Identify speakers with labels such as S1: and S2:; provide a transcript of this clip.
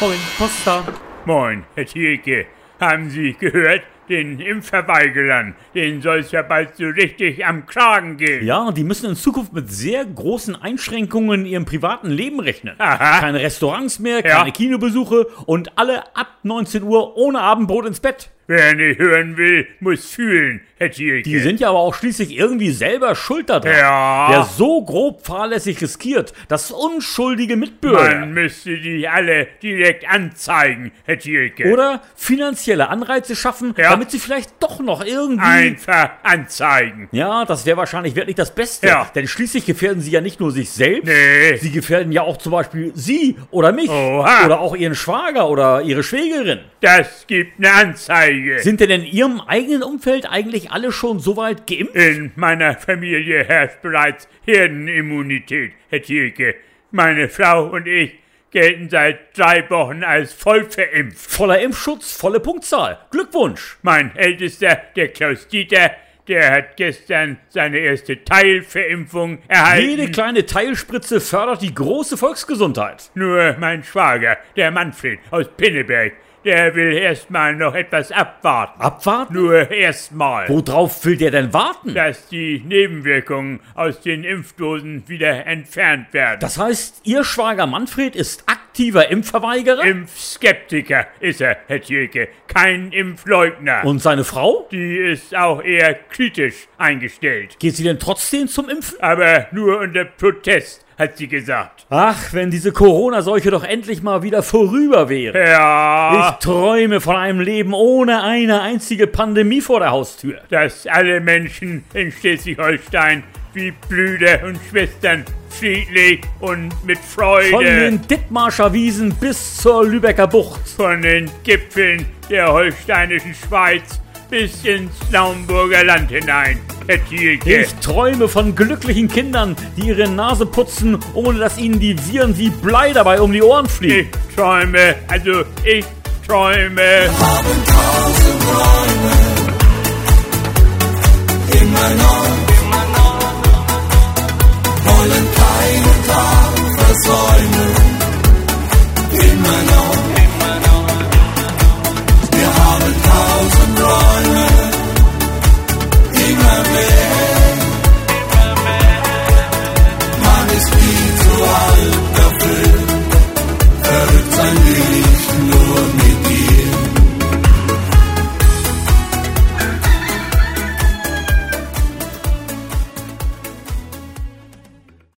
S1: Moin, Posta.
S2: Moin, Herr Thielke. Haben Sie gehört? Den Impfverweigerern, denen soll es ja bald so richtig am Kragen gehen.
S1: Ja, die müssen in Zukunft mit sehr großen Einschränkungen in ihrem privaten Leben rechnen.
S2: Aha.
S1: Keine Restaurants mehr,
S2: Ah. Ja.
S1: keine Kinobesuche und alle ab 19 Uhr ohne Abendbrot ins Bett.
S2: Wer nicht hören will, muss fühlen, Herr Thielke.
S1: Die sind ja aber auch schließlich irgendwie selber schuld daran.
S2: Ja.
S1: Wer so grob fahrlässig riskiert, dass unschuldige Mitbürger
S2: Man müsste die alle direkt anzeigen, Herr Thielke.
S1: oder finanzielle Anreize schaffen,
S2: Ja.
S1: damit sie vielleicht doch noch irgendwie
S2: Einfach anzeigen.
S1: Ja, das wäre wahrscheinlich wirklich das Beste.
S2: Ja.
S1: Denn schließlich gefährden sie ja nicht nur sich selbst.
S2: Nee.
S1: Sie gefährden ja auch zum Beispiel sie oder mich.
S2: Oha.
S1: Oder auch ihren Schwager oder ihre Schwägerin.
S2: Das gibt eine Anzeige.
S1: Sind denn in ihrem eigenen Umfeld eigentlich alle schon so weit geimpft?
S2: In meiner Familie herrscht bereits Herdenimmunität, Herr Thielke. Meine Frau und ich gelten seit drei Wochen als voll verimpft.
S1: Voller Impfschutz, volle Punktzahl. Glückwunsch.
S2: Mein Ältester, der Klaus Dieter, der hat gestern seine erste Teilverimpfung erhalten.
S1: Jede kleine Teilspritze fördert die große Volksgesundheit.
S2: Nur mein Schwager, der Manfred aus Pinneberg, der will erstmal noch etwas abwarten.
S1: Abwarten?
S2: Nur erstmal.
S1: Worauf will der denn warten?
S2: dass die Nebenwirkungen aus den Impfdosen wieder entfernt werden.
S1: Das heißt, ihr Schwager Manfred ist aktiver Impfverweigerer?
S2: Impfskeptiker ist er, Herr Thielke, kein Impfleugner.
S1: Und seine Frau?
S2: die ist auch eher kritisch eingestellt.
S1: Geht sie denn trotzdem zum Impfen?
S2: Aber nur unter Protest, hat sie gesagt.
S1: Ach, wenn diese Corona-Seuche doch endlich mal wieder vorüber wäre.
S2: Ja,
S1: Ich träume von einem Leben ohne eine einzige Pandemie vor der Haustür.
S2: dass alle Menschen in Schleswig-Holstein wie Brüder und Schwestern friedlich und mit Freude
S1: Von den Dithmarscher Wiesen bis zur Lübecker Bucht.
S2: von den Gipfeln der holsteinischen Schweiz bis ins Naumburger Land hinein, Herr Thielke.
S1: Ich träume von glücklichen Kindern, die ihre Nase putzen, ohne dass ihnen die Viren wie Blei dabei um die Ohren fliegen.
S2: Ich träume, also ich träume.
S3: haben tausend Träume. Immer noch, immer noch, wollen keinen Tag versäumen.